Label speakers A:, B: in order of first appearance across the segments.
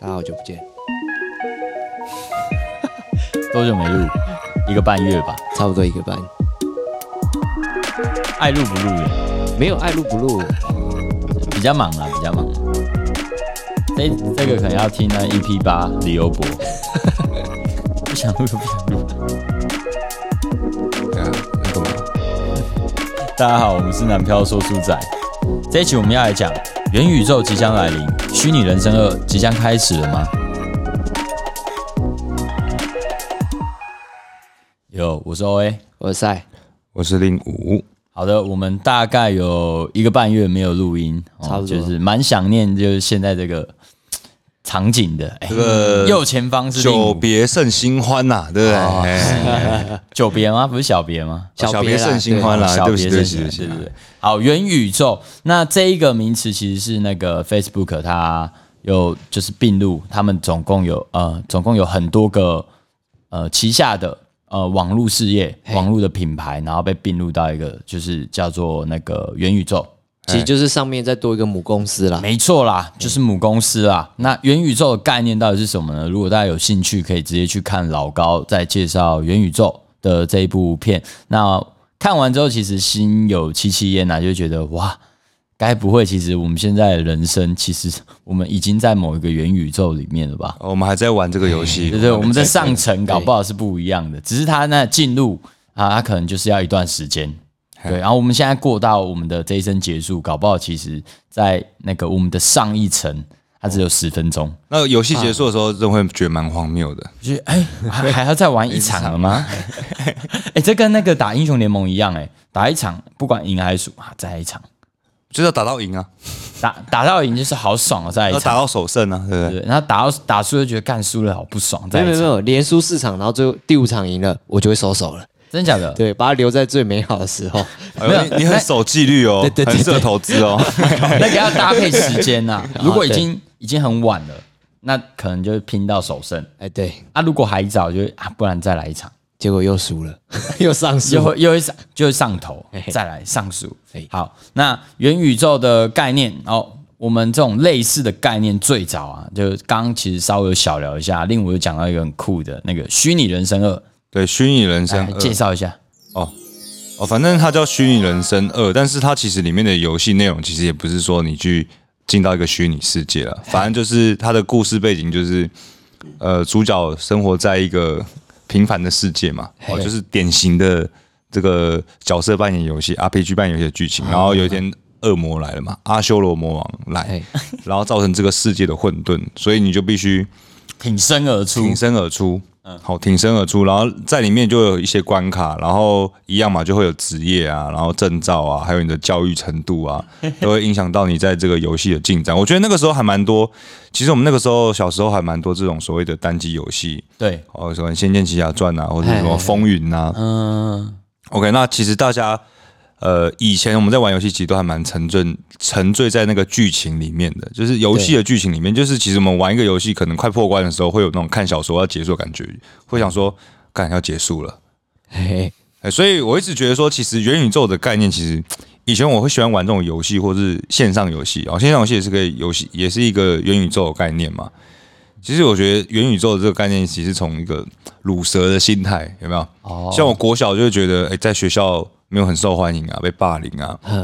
A: 大家好久不见，
B: 多久没录？一个半月吧。
A: 差不多一个半，
B: 爱哎录不录的，
A: 没有爱录不录，
B: 比较忙啦，比较忙。这这个可能要听那 EP 八旅游博。不想录就不想录。
A: 啊，那干嘛？
B: 大家好，我们是南漂说书仔。这一期我们要来讲元宇宙即将来临，虚拟人生二即将开始了吗？有，我是 OA。
A: 我赛，
C: 我是令武，
B: 好的，我们大概有一个半月没有录音，哦
A: 差不多
B: 就是蛮想念就是现在这个呃场景的。哎
C: 这个
B: 右前方是
C: 久
B: 久
C: 别胜新欢呐、对不对？哎
B: 久别吗？不是小别吗？
C: 小
A: 别
C: 别
A: 啦
C: 胜新欢啦，
B: 小
C: 对不
B: 别胜
C: 起，对不起，
B: 对
C: 对不起
B: 对。对。好，元宇宙，那这一个名词其实是那个 Facebook 它有就是并入，他们总共有呃总共有很多个呃旗下的呃网络事业、网络的品牌，然后被并入到一个就是叫做那个元宇宙。
A: 其实就是上面再多一个母公司啦。
B: 没错啦，就是母公司啦。那元宇宙的概念到底是什么呢？如果大家有兴趣，可以直接去看老高在介绍元宇宙的这一部片。那看完之后，其实心有戚戚焉啊呐，就觉得哇，该不会其实我们现在的人生，其实我们已经在某一个元宇宙里面了吧？
C: 哦我们还在玩这个游戏，
B: 哎对对，我们在上层搞不好是不一样的，只是他那进入啊，他可能就是要一段时间。对，然后我们现在过到我们的这一生结束，搞不好其实，在那个我们的上一层，它
A: 哦
B: 只有十分钟，
C: 那游戏结束的时候，真的会觉得蛮荒谬的。
B: 就是哎， 还还要再玩一场 了吗？哎，这跟那个打英雄联盟一样，哎，打一场不管赢还是输啊，再来一场，
C: 就是要打到赢啊，
B: 打打到赢就是好爽啊，再来一
C: 要
A: 哦
C: 打
B: 场，
C: 到首胜啊，对不对？
B: 对，然后打到打输就觉得干输了好不爽，
A: 没
B: 再
A: 有
B: 来
A: 没
B: 一
A: 有没
B: 场，
A: 有，连输四场，然后最后第五场赢了，我就会收手了。
B: 真的假的？
A: 对，把它留在最美好的时 候。
C: 哎呦你你很守纪律哦，
A: 对对对
C: 很适合投资哦。
B: 那个要搭配时间呐、如果已
A: 对
B: 经已经很晚了，那可能就拼到首胜
A: 哎，对，
B: 啊。如果还早就，啊，不然再来一场，
A: 结果又输了， 又上
B: 又
A: 诉。
B: 会又会上就会上头
A: 嘿嘿，
B: 再来上诉
A: 嘿。
B: 好，那元宇宙的概念哦，我们这种类似的概念最早啊，就刚刚其实稍微有小聊一下，另外有讲到一个很酷的那个虚拟人生二，
C: 对，虚拟人生
B: 来介
C: 二
B: 绍一下。
C: 哦哦，反正它叫虚拟人生二，但是它其实里面的游戏内容其实也不是说你去进到一个虚拟世界了，反正就是它的故事背景就是，呃，主角生活在一个平凡的世界嘛，哦，就是典型的这个角色扮演游戏 RPG 扮演游戏的剧情，然后有一天。恶魔来了嘛？阿修罗魔王来
A: 嘿，
C: 然后造成这个世界的混沌，所以你就必须
B: 挺身而出
C: 挺，身而出，嗯，好，挺身而出，然后在里面就有一些关卡，然后一样嘛，就会有职业啊，然后证照啊，还有你的教育程度啊，都会影响到你在这个游戏的进展。我觉得那个时候还蛮多，其实我们那个时候小时候还蛮多这种所谓的单机游戏，
B: 对，
C: 哦，什么《仙剑奇侠传》啊，或者什么《风云》啊，
B: 嗯，
C: OK，那其实大家呃，以前我们在玩游戏，其实都还蛮沉醉沉醉在那个剧情里面的，就是游戏的剧情里面，就是其实我们玩一个游戏，可能快破关的时候，会有那种看小说要结束的感觉，会想说，干要结束了。
A: 嘿，
C: 哎，所以我一直觉得说，其实元宇宙的概念，其实以前我会喜欢玩这种游戏，或是线上游戏哦，线上游戏也是个游戏，也是一个元宇宙的概念嘛。其实我觉得元宇宙的这个概念，其实从一个乳蛇的心态，有没有？
B: 哦
C: 像我国小就会觉得，哎、在学校没有很受欢迎啊，被霸凌啊，
A: 嗯，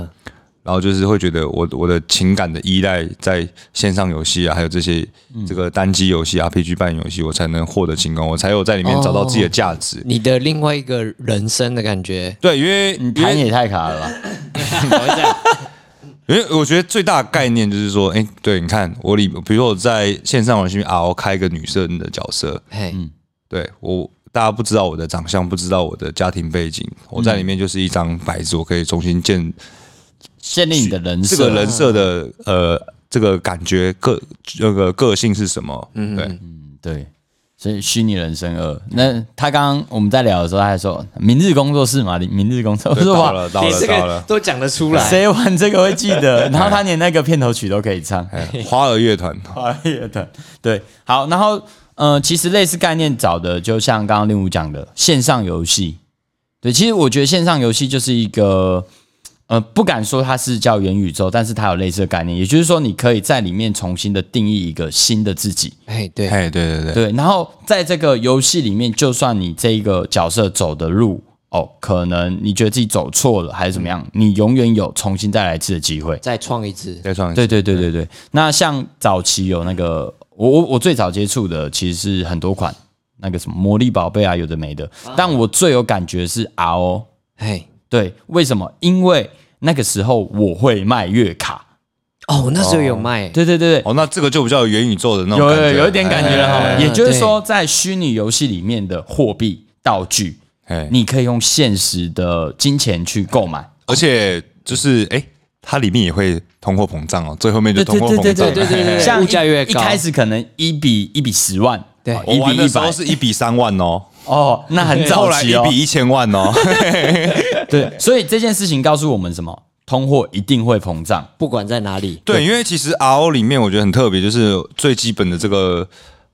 C: 然后就是会觉得我我的情感的依赖在线上游戏啊，还有这些、
B: 嗯
C: 这个单机游戏、RPG 扮演游戏，我才能获得成功，我才有在里面找到
B: 哦
C: 自己的价值。
A: 你的另外一个人生的感觉，
C: 对，因为
B: 你
C: 因为
B: 弹也太卡了吧？
C: 因为我觉得最大的概念就是说，哎、对，你看我里，比如说我在线上游戏啊，我开一个女生的角色，
A: 嘿，
C: 对我大家不知道我的长相，不知道我的家庭背景，我在里面就是一张白纸，我可以重新建
B: 建立你的人
C: 这
B: 设，
C: 个人设的呃这个感觉个那个个性是什么？对，
B: 对，所以虚拟人生二。那他刚刚我们在聊的时候，他还说明日工作室嘛，明日工作室，我说
C: 到
B: 哇，
C: 了到
A: 你
C: 了
A: 这
C: 到
A: 个
C: 了，
A: 都讲得出来。
B: 谁玩这个会记得？然后他连那个片头曲都可以 唱，
C: 哎花儿乐团，
B: 华乐团。对，好，然后呃，其实类似概念找的，就像刚刚令武讲的线上游戏。对，其实我觉得线上游戏就是一个呃，不敢说它是叫元宇宙，但是它有类似的概念，也就是说，你可以在里面重新的定义一个新的自己。
A: 哎，对，
C: 哎，对对对，
B: 对，然后在这个游戏里面，就算你这一个角色走的路哦，可能你觉得自己走错了还是怎么样，你永远有重新再来一次的机会。
A: 再创一支，
C: 再创一次
B: 对对对对对。那像早期有那个，我我我最早接触的其实是很多款那个什么魔力宝贝啊，有的没的。但我最有感觉是 RO，
A: 哎，
B: 对，为什么？因为那个时候我会卖月卡。
A: 哦，那时候有卖，
B: 对对对对。
C: 哦，那这个就比较有元宇宙的那种
B: 有
C: 感觉
B: 有有一点感觉了
A: 哎
B: 哈，
A: 哎
B: 也就是
A: 对
B: 说，在虚拟游戏里面的货币道具，
C: 哎，你
B: 你可以用现实的金钱去购买。
A: 哦
C: 而且就是哎，它里面也会通货膨胀哦，最后面就通货膨胀了，
A: 对对对对
B: 像
A: 物价越
B: 一
A: 高
B: 一开始可能一比一比十万，
A: 对
B: 哦
C: 我
B: 一
C: 玩
B: 比
C: 的
B: 一
C: 时候
B: 百，
C: 是一比三万哦，
B: 哦，那很
C: 后
B: 早
C: 来
B: 期
C: 一
B: 哦
C: 比。一千万哦，
B: 对，所以这件事情告诉我们什么？通货一定会膨胀。
A: 不管在哪里，
C: 对，因为其实 RO 里面我觉得很特别，就是最基本的这个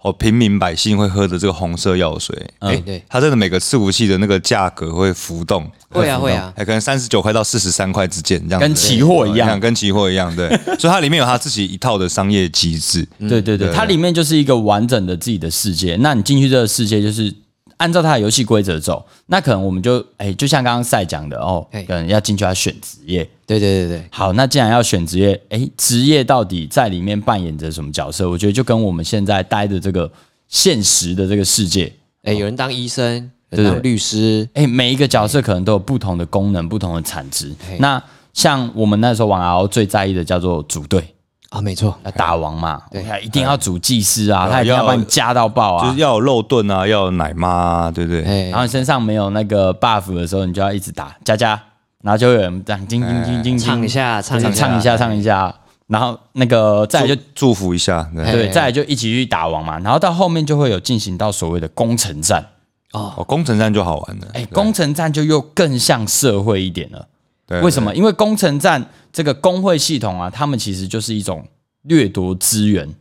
C: 哦，平民百姓会喝的这个红色药水，哎、
A: 嗯对
C: 它真的每个伺服器的那个价格会浮动，
A: 会啊会啊
C: 哎，可能三十九块到四十三块之间，这样子
B: 跟期货一样
C: 对跟期货一样，对，所以它里面有它自己一套的商业机制，
A: 嗯
B: 对对对，它里面就是一个完整的自己的世界。那你进去这个世界，就是按照它的游戏规则走。那可能我们就哎，就像刚刚赛讲的哦，
A: 哎
B: 可能要进去要选职业。
A: 对对对对，
B: 好，那既然要选职业，哎，职业到底在里面扮演着什么角色？我觉得就跟我们现在待的这个现实的这个世界，
A: 哎，有人当医生，有人
B: 对
A: 当律师，
B: 哎，每一个角色可能都有不同的功能、不同的产值。那像我们那时候玩 RO 最在意的叫做组队，
A: 啊，没错，
B: 要打王嘛，对，一定要组技师啊，他一定要
C: 要
B: 把你加到爆啊，
C: 就是要有肉盾啊，要有奶妈啊，对不对？
A: 哎
B: 然，后你身上没有那个 buff 的时候，你就要一直打加加，然后就有人这样叮叮叮叮
A: 哎唱一，下，唱
B: 叮就
A: 一
B: 是
A: 下，
B: 嗯唱一下唱一下，然后那个再来就
C: 祝祝福一下，对。
A: 哎
B: 对，再来就一起去打王嘛，然后到后面就会有进行到所谓的攻城战，
C: 哦，工程站就好玩了。
B: 哎，攻城战就又更像社会一点了。
C: 对
B: 为什？么？因为工程站这个工会系统啊，他们其实就是一种掠夺资源，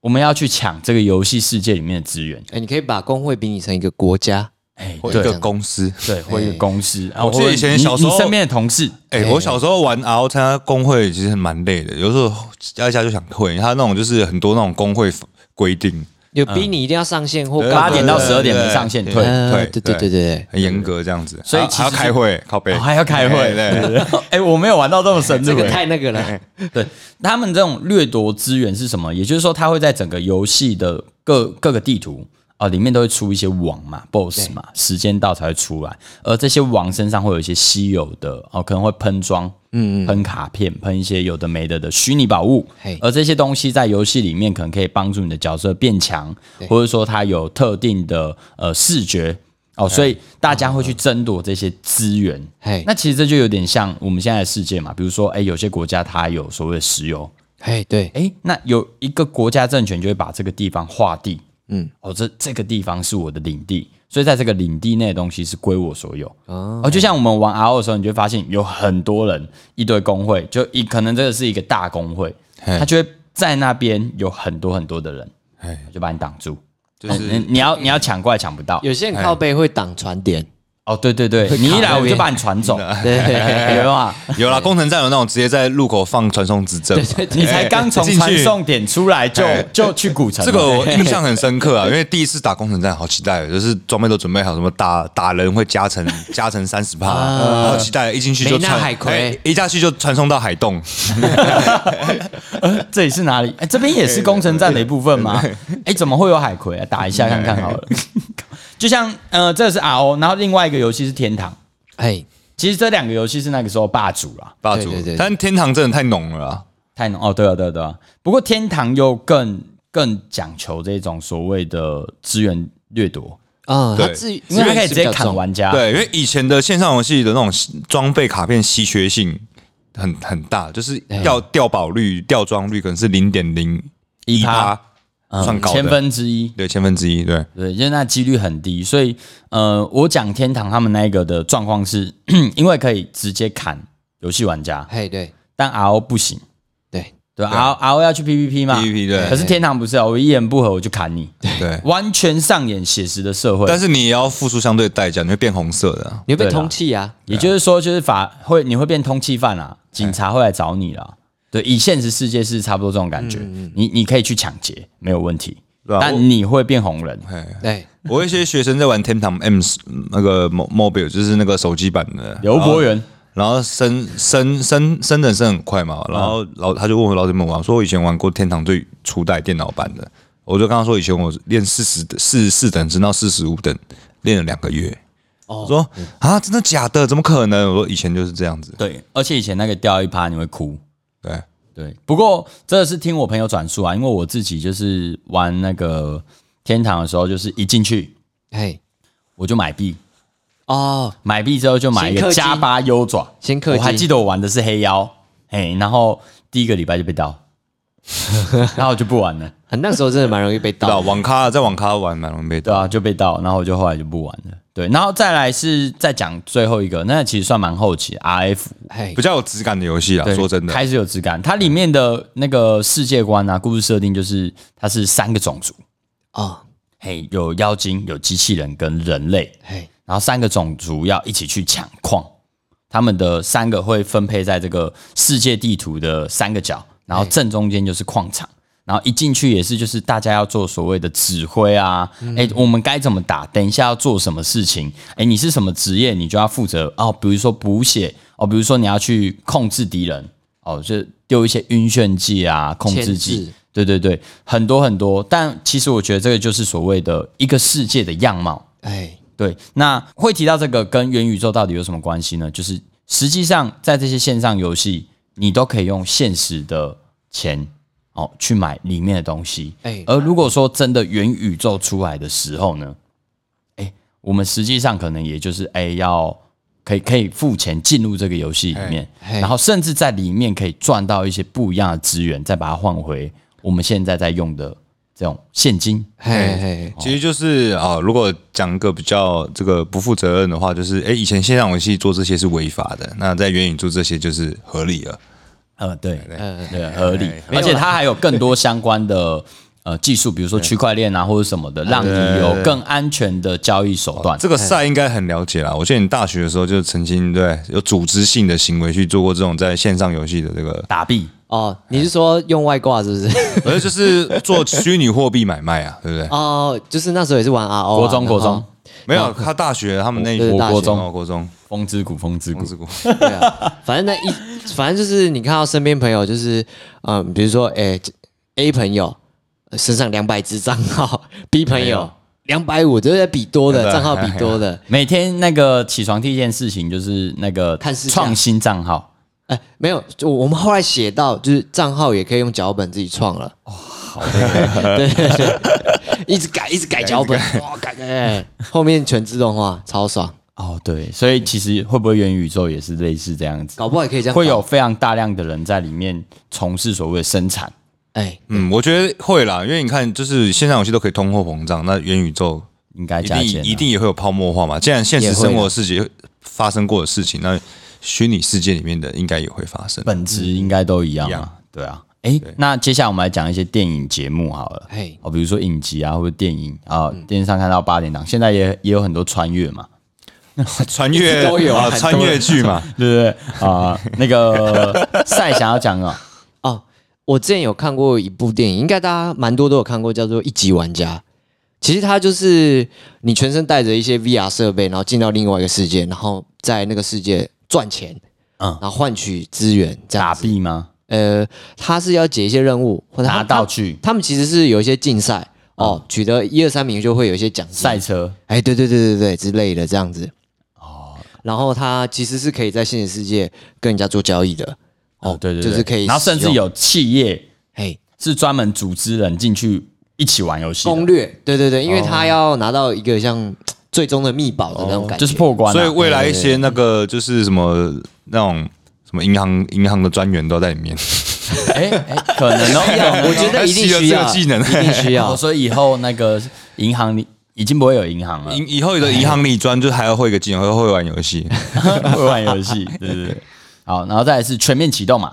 B: 我们要去抢这个游戏世界里面的资源。
A: 哎，你可以把工会比拟成一个国家，
B: 哎，
C: 对或一
B: 对
C: 个公司，
B: 对，或一个公司，啊
C: 我记得
B: 或者
C: 以前
B: 你
C: 小时候
B: 你身边的同事，
C: 哎、
A: 哎
C: 我小时候玩 RO 参加工会其实蛮累的，有时候加一加就想退。他那种就是很多那种工会规定，
A: 有逼你一定要上线或
C: 对
A: 干嘛
B: 八点到十二点
C: 对对
B: 没上线退，啊
C: 对
A: 呃对
C: 对
A: 对对对，
C: 很严格这样子，
B: 所以
C: 还
B: 其实
C: 还要
B: 是
C: 开会，靠背、
B: 哦还要开会
C: 对对对
B: 哎，我没有玩到这么深
A: 这
B: 入
A: 个
B: 哎。
A: 太那个了，
B: 对他们这种掠夺资源是什么？也就是说，他会在整个游戏的各各个地图啊、呃里面都会出一些网嘛、BOSS 嘛，时间到才会出来。而这些网身上会有一些稀有的哦、可能会喷装，嗯喷卡片，喷一些有的没的的虚拟宝物
A: 嘿。
B: 而这些东西在游戏里面可能可以帮助你的角色变强，或者说它有特定的呃视觉。哦，所以大家会去争夺这些资源，
A: 嘿
B: 那其实这就有点像我们现在的世界嘛，比如说，哎，有些国家它有所谓的石油，
A: 哎，对，
B: 哎，那有一个国家政权就会把这个地方划地，
A: 嗯
B: 嗯，哦，这这个地方是我的领地，所以在这个领地内的东西是归我所有。哦，就像我们玩 RO 的时候，你就会发现有很多人一堆工会，就一可能这个是一个大工会，
C: 嘿
B: 他就会在那边有很多很多的人，
C: 哎
B: 就把你挡住。
C: 就
B: 嗯
C: 是
B: 嗯你要你要抢过来抢不到
A: 有些人靠背会挡船点，
B: 哦，对对对
A: 会，
B: 你一
A: 卡
B: 来
A: 那
B: 我就
A: 边
B: 把你传走，
A: 对对对
B: 有没有啊？
C: 有啦，工程站有那种直接在路口放传送指证嘛，
B: 你才刚从
C: 进去
B: 传送点出来就
C: 哎
B: 就去古城了，哎
C: 这 个我印象很深刻啊，因为第一次打工程战，好期待哦，就是装备都准备好，什么打打人会加成 加成三十趴，好期待！一进去就
A: 没
C: 传
A: 那海葵
C: 哎一下去就传送到海洞，
B: 这里是哪里？哎，这边也是工程站的一部分吗？哎，怎么会有海葵啊？打一下看看好
C: 哎
B: 了。就像呃，这个是 RO，然后另外一个游戏是天堂。
A: 哎，
B: 其实这两个游戏是那个时候霸主啦，
C: 霸主
A: 对对对。
C: 但天堂真的太浓了啊，
B: 太浓哦，对啊，对啊，对啊。不过天堂又更更讲求这种所谓的资源掠夺，
A: 啊，他
C: 对
A: 至于
B: 因为它可以直接
A: 砍
B: 砍玩家。
C: 对，因为以前的线上游戏的那种装备卡片稀缺性很很大，就是掉掉保率、掉装率可能是零点零一趴，算高
B: 嗯千
C: 的，
B: 分之一。
C: 对，千分之一，对，
B: 对，就是那几率很低，所以呃，我讲天堂他们那一个的状况是，因为可以直接砍游戏玩家，
A: 嘿，对
B: 但 RO 不行。
A: 对，
B: 对，R
C: 啊
B: R O 要去 PVP 嘛
C: PVP 对
B: 可是天堂不是啊，我一言不合我就砍你，
C: 对，
B: 完全上演写实的社会。
C: 但是你也要付出相对代价，你会变红色的啊。
A: 你会
B: 对
A: 被
B: 啦
A: 通气啊！
B: 也就是说，就是法会你会变通缉犯啦，警察会来找你啦。对，以现实世界是差不多这种感觉。
C: 嗯
B: 你你可以去抢劫，没有问题，
C: 啊我
B: 但你会变红人。
A: 对，
C: 我有一些学生在玩 Temtem M 那个 mo- mobile，就是那个手机版的
B: 刘伯元，
C: 然后升升升升等升很快嘛，然后老他就问我老怎么玩，说我以前玩过天堂最初代电脑版的，我就跟他说以前我练四十四十四等升到四十五等，练了两个月。我说啊，真的假的？怎么可能？我说以前就是这样子。
B: 对，而且以前那个掉一趴你会哭。
C: 对，
B: 对，不过这是听我朋友转述啊，因为我自己就是玩那个天堂的时候，就是一进去
A: 嘿，
B: 我就买币，
A: 哦，
B: 买币之后就买一
A: 先
B: 个
A: 氪金
B: 加八优爪，
A: 先氪金
B: 我还记得我玩的是黑妖，嘿，然后第一个礼拜就被盗， 然后我就不玩了，
A: 很那时候真的蛮容易被
C: 对吧？
A: 盗。
C: 网咖在网咖玩蛮容易被
B: 对
C: 打。
B: 啊，就被盗，然后我就后来就不玩了。对，然后再来是再讲最后一个，那其实算蛮后期，R F
A: 嘿
C: 比，较有质感的游戏啊，
B: 对
C: 说真的，嗯
B: 开始有质感。它里面的那个世界观啊，故事设定就是它是三个种族，
A: 哦，
B: 嘿，有妖精、有机器人跟人类，
A: 嘿，
B: 然后三个种族要一起去抢矿，他们的三个会分配在这个世界地图的三个角，然后正中间就是矿场，然后一进去也是就是大家要做所谓的指挥啊，哎、
A: 嗯
B: 我们该怎么打，等一下要做什么事情，哎，你是什么职业，你就要负责哦，比如说补血哦，比如说你要去控制敌人哦，就丢一些晕眩剂啊，控制
A: 牵
B: 剂
A: 制。
B: 对对对，很多很多，但其实我觉得这个就是所谓的一个世界的样貌。
A: 哎，
B: 对，那会提到这个跟元宇宙到底有什么关系呢？就是实际上在这些线上游戏，你都可以用现实的钱哦去买里面的东西。
A: 哎
B: 而如果说真的元宇宙出来的时候呢，哎，我们实际上可能也就是哎要可以可以付钱进入这个游戏里面，
A: 哎哎
B: 然后甚至在里面可以赚到一些不一样的资源，再把它换回我们现在在用的这种现金。
A: 嘿嘿，
C: 其实就是啊、如果讲一个比较这个不负责任的话，就是哎，以前线上游戏做这些是违法的，那在元宇宙这些就是合理了。
B: 呃，对，
A: 嗯，
B: 对，合理，
A: 没有啦
B: 而且它还有更多相关的呃技术，比如说区块链啊或者什么的，让你有更安全的交易手段。
C: 这个赛应该很了解啦，我记得你大学的时候就曾经对有组织性的行为去做过这种在线上游戏的 这个，
B: 打币，
A: 哦，你是说用外挂是不是？
C: 而就是做虚拟货币买卖啊，对不对？
A: 哦，就是那时候也是玩 RO，啊
B: 国中
A: 然后
B: 国中
C: 没有，他大学他们那一
A: 对大学
C: 国中哦国中
B: 风之谷，风之谷
C: 公，司股，
A: 对啊，反正那 一，反正就是你看到身边朋友，就是嗯，比如说，诶 a 朋友呃身上两百只账号，B 朋友两百五，都在比多的
C: 对
A: 账号比多的，
B: 每天那个起床第一件事情就是那个
A: 看市价
B: 创新账号，
A: 哎，没有，就我们后来写到，就是账号也可以用脚本自己创了。哦，好 对对对，一直改，一直改脚本，哇，改改改，后面全自动化，超爽，
B: 哦，对，所以其实会不会元宇宙也是类似这样子，
A: 搞不好也哦可以这样搞。
B: 会有非常大量的人在里面从事所谓的生产。
A: 哎，
C: 嗯，我觉得会啦，因为你看，就是线上游戏都可以通货膨胀，那元宇宙
B: 应该
C: 一
B: 加
A: 啊
B: 钱、啊
C: 定一定也会有泡沫化嘛。既然现实生活世界发生过的事情，那虚拟世界里面的应该也会发生。
B: 本质应该都一样
C: 一
B: 嘛
C: 样。
B: 对啊，诶，那接下来我们来讲一些电影节目好了
A: 嘿，
B: 哦，比如说影集啊，或者电影啊，电视上看到八点档，现在也也有很多穿越嘛，
C: 穿
A: 一
C: 越
A: 直都有啊
C: 啊，
A: 很多
C: 穿越剧嘛，
B: 对不对？啊、那个赛想要讲啊，
A: 哦，我之前有看过一部电影，应该大家蛮多都有看过，叫做《一级玩家》。其实它就是你全身带着一些 VR 设备，然后进到另外一个世界，然后在那个世界赚钱，
B: 嗯
A: 然后换取资源，这样
B: 打
A: 子。
B: 币吗？
A: 呃，他是要解一些任务，或者他
B: 拿道具、嗯
A: 他们其实是有一些竞赛哦，取得一二三名就会有一些奖金
B: 赛。车，
A: 哎，对对对对对之类的这样子。哦，然后他其实是可以在现实世界跟人家做交易的。
B: 哦，对对对，
A: 就是可以
B: 然后甚
A: 使
B: 至
A: 用
B: 有企业
A: 嘿，
B: 是专门组织人进去一起玩游戏的，
A: 攻略，对对
C: 哦
A: 对，因为他要拿到一个像最终的密宝的那
C: 哦
A: 种感觉，
B: 就是破关、啊，
C: 所以未来一些那个就是什么那种什么银行银行的专员都在里面。
B: 哎哎，可能 哦，
A: 我觉得 一定需
C: 习了这
A: 要，
C: 个技能
A: 一 定需
B: 哦
A: 要。
B: 所以以后那个银行里已经不会有银行
A: 嗯
B: 了，
C: 以以后的银行里专就是还要会一个技能，会会玩游戏。
B: 会玩游戏，对对对。好，然后再来是全面启动嘛，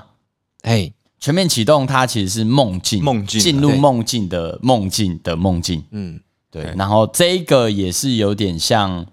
A: 哎，
B: 全面启动它其实是梦境，
C: 梦境啊
B: 进入
A: 对
B: 梦境的梦境的梦境，
A: 嗯，
B: 对
C: 对。
B: 然后这一个也是有点像，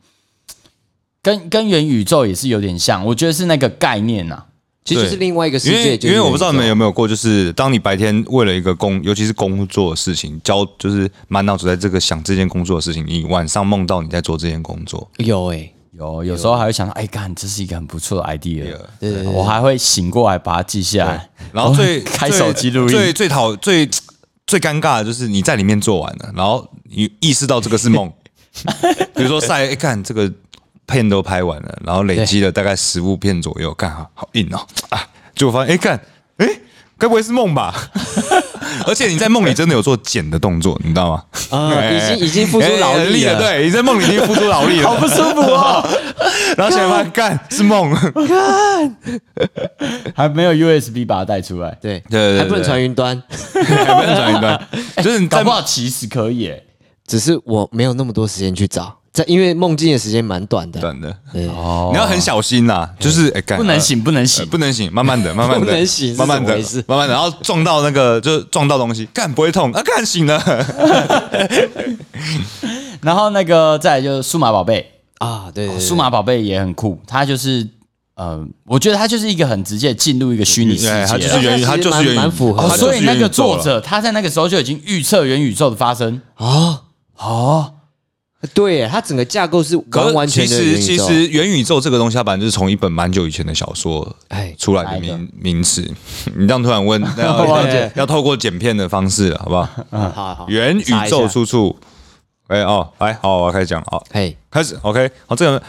B: 跟跟元宇宙也是有点像，我觉得是那个概念呐、
A: 其实就是另外一个世
C: 因为
A: 界，
C: 因为我不知道你们有
A: 有，
C: 没有过，就是当你白天为了一个工，尤其是工作的事情，交就是满脑子在这个想这件工作的事情，你晚上梦到你在做这件工作，
A: 有 哎，
B: 有有时候还会想到，哎，干，这是一个很不错的 idea，
A: 对对对
B: 我还会醒过来把它记下来，
C: 然后最
B: 哦开手机录
C: 最
B: 音，
C: 最讨最最尴尬的就是你在里面做完了，然后你意识到这个是 梦，比如说晒，哎、看这个片都拍完了，然后累积了大概十部片左右，干好好硬哦啊！结果发现，哎、看，哎、该不会是梦吧？ 而且你在梦里真的有做剪的动作，你知道吗？
A: 啊，已经已经付出
C: 哎
A: 劳
C: 很
A: 力
C: 了，
A: 了，
C: 对，你在梦里已经付出劳力 了，
B: 好不舒服哦，
C: 然后现在发现干是 梦，哎
B: 还没有 USB 把它带出来，
A: 对
C: 对对
A: 还不能传云端，
C: 还不能转一段，就是你
B: 搞
C: 在
B: 不好其实可以、哎
A: 只是我没有那么多时间去找，在因为梦境的时间蛮短的，
C: 短的，
A: 对，
B: 哦
C: 你要很小心呐，就是哎干
B: 不能
C: 呃
B: 醒，不能
C: 呃
B: 醒，
C: 不能醒，慢慢的，慢慢的，
A: 不能醒是
C: 慢慢
A: 怎
C: 的
A: 么回事，
C: 慢慢的，然后撞到那个就是撞到东西，干不会痛啊，干 醒了，
B: 然后那个再来就是数码宝贝，
A: 啊，对对
C: 哦
A: 对，
B: 数码宝贝也很酷，它就是呃，我觉得它就是一个很直接进入一个虚拟世界
C: 对，
B: 了，
C: 它哎就是元宇，
A: 它
C: 它
A: 其实
C: 就是元宇，
A: 蛮蛮符合
B: 哦
A: 它，就是
B: 所以那个作
C: 做
B: 者他在那个时候就已经预测元宇宙的发生
A: 啊，
B: 哦，
A: 对耶，它整个架构是
C: 可
A: 完完
C: 是其
A: 全全的
C: 实
A: 元宇
C: 其
A: 宙，
C: 实元宇宙这个东西，它本来就是从一本蛮久以前的小说
A: 哎，
C: 出来的
B: 来
C: 名名词。 你这样突然问，那
A: 了
C: 要
A: 解
C: 要透过剪片的方式了，好不好？
A: 好好好，
C: 元宇宙出处，哎哦，来好，我要开始讲好。
A: 嘿，
C: 开始，OK，好，这个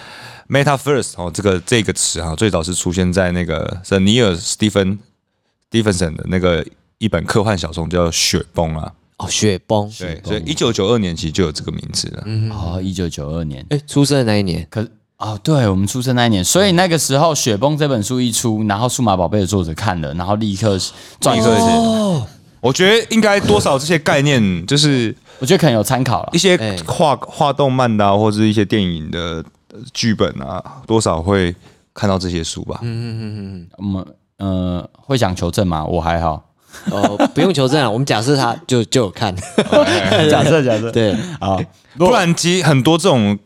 C: MetaVerse 哦，这个这个词哈，最早是出现在那个是尼尔·斯蒂芬·斯蒂芬森的那个一本科幻小说叫《雪崩》啊，
A: 哦，雪崩，嗯
C: 对，所以一九九二年其实就有这个名字了。
B: 哦，一九九二年，
A: 哎，出生的那一年，
B: 可哦，对我们出生那一年，所以那个时候《雪崩》这本书一出，然后数码宝贝的作者看了，然后立刻哦转
C: 立刻是
A: 哦
C: 我觉得应该多少这些概 念，就是
B: 我觉得可能有参考了
C: 一。些
A: 哎
C: 画画动漫的、啊，或者是一些电影的呃剧本啊，多少会看到这些书吧。
A: 嗯
B: 我们呃，会想求证吗？我还好，
A: 哦，不用求证了，我们假设他就就有看，
B: 假设假 设，
A: 对，
B: 好，
C: 不然其实很多这种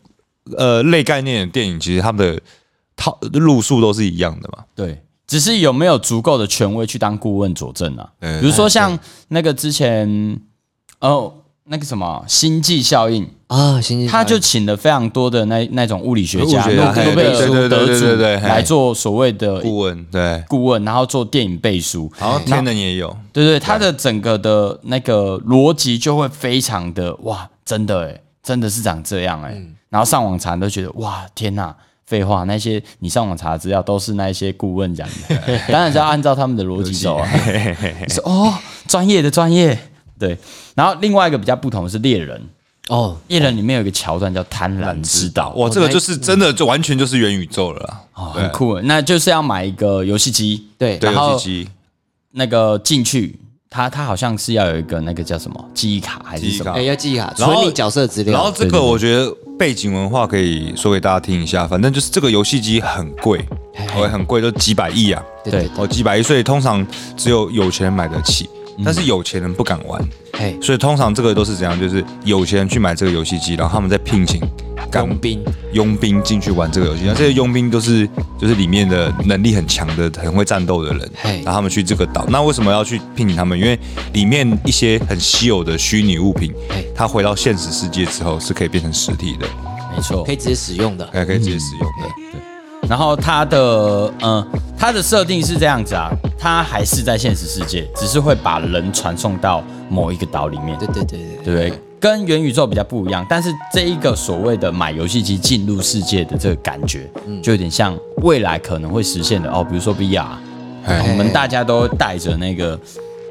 C: 呃类概念的电影，其实他们的套路数都是一样的嘛。
B: 对，只是有没有足够的权威去当顾问佐证啊？
C: 对
B: 比如说像那个之前，哦，那个什么《星际效应》，
A: 啊，行行，
B: 他就请了非常多的那那种物理学家、
C: 物理学家
B: 诺
C: 嘿
B: 诺贝尔
C: 对
B: 书得
C: 对对对对对
B: 主
C: 对嘿
B: 来做所谓的
C: 顾问对，
B: 顾问，然后做电影背书。
C: 然后天能也有，
B: 对对，他的整个的那个逻辑就会非常的哇，真的哎，真的是长这样哎。然后上网查都觉得哇，天呐，废话，那些你上网查的资料都是那一些顾问讲的，当然是要按照他们的逻辑走啊。你说哦，专业的专业，对。然后另外一个比较不同的是猎人，
A: 哦，
B: 猎人里面有一个桥段叫贪婪之岛，
C: 哇，这个就是真的就完全就是元宇宙了啦。
B: 哦，很酷哎。那就是要买一个游戏机，
A: 对，
C: 对，
B: 然后
C: 游戏机
B: 那个进去，它它好像是要有一个那个叫什么记忆卡还是
C: 记忆
B: 什么？
C: 卡
A: 哎，。要记卡，
C: 然后
A: 存你角色资料，
C: 然后这个我觉得背景文化可以说给大家听一下，反正就是这个游戏机很贵，也很贵，都几百亿啊，
A: 对对
B: 对
C: 哦，几百亿，所以通常只有有钱人买得起，
B: 嗯
C: 但是有钱人不敢玩。
A: 对，嘿，
C: 所以通常这个都是怎样？就是有钱人去买这个游戏机，然后他们再聘请港
A: 佣兵，
C: 佣兵进去玩这个游戏。那这些佣兵都是就是里面的能力很强的、很会战斗的人
A: 嘿，
C: 然后他们去这个岛。那为什么要去聘请他们？因为里面一些很稀有的虚拟物品
A: 嘿，
C: 它回到现实世界之后是可以变成实体的，
B: 没错
A: 可。以直接使用的，
C: 还可以直接使用的。
B: 然后它的嗯，它的设定是这样子啊，它还是在现实世界，只是会把人传送到某一个岛里面，
A: 对对对对
B: 对不对？跟元宇宙比较不一样，但是这一个所谓的买游戏机进入世界的这个感觉，就有点像未来可能会实现的哦，比如说 VR，
A: 嗯
C: 哎
B: 我们大家都带着那个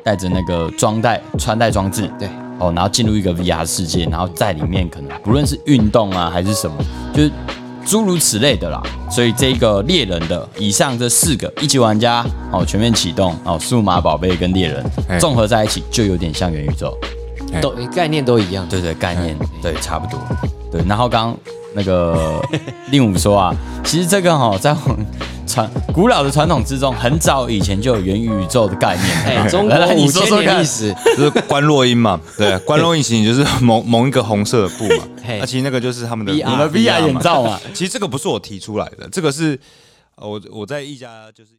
B: 带着那个装戴穿戴装置，
A: 对
B: 哦，然后进入一个 VR 世界，然后在里面可能不论是运动啊还是什么，就是诸如此类的啦。所以这个猎人的以上这四个一级玩家哦，全面启动哦，数码宝贝跟猎人
C: 嘿
B: 综合在一起，就有点像元宇宙，
A: 对，都概念都一样，嗯
B: 对对，概念对差不多， 对。然后刚刚那个令武说啊，其实这个哈、哦，在我们传古老的传统之中，很早以前就有元宇宙的概念。
A: 哎，中国
B: 来来你
A: 五
B: 说
A: 千
B: 说
A: 年
B: 看
A: 历，史，
C: 就是关洛音嘛，对，关洛音其实就是蒙蒙一个红色的布嘛，
A: 嘿
C: 那、其实那个就是他们的
A: VR
C: 嘛
A: 你们
B: VR 眼罩嘛。
C: 其实这个不是我提出来的，这个是呃我我在一家就是。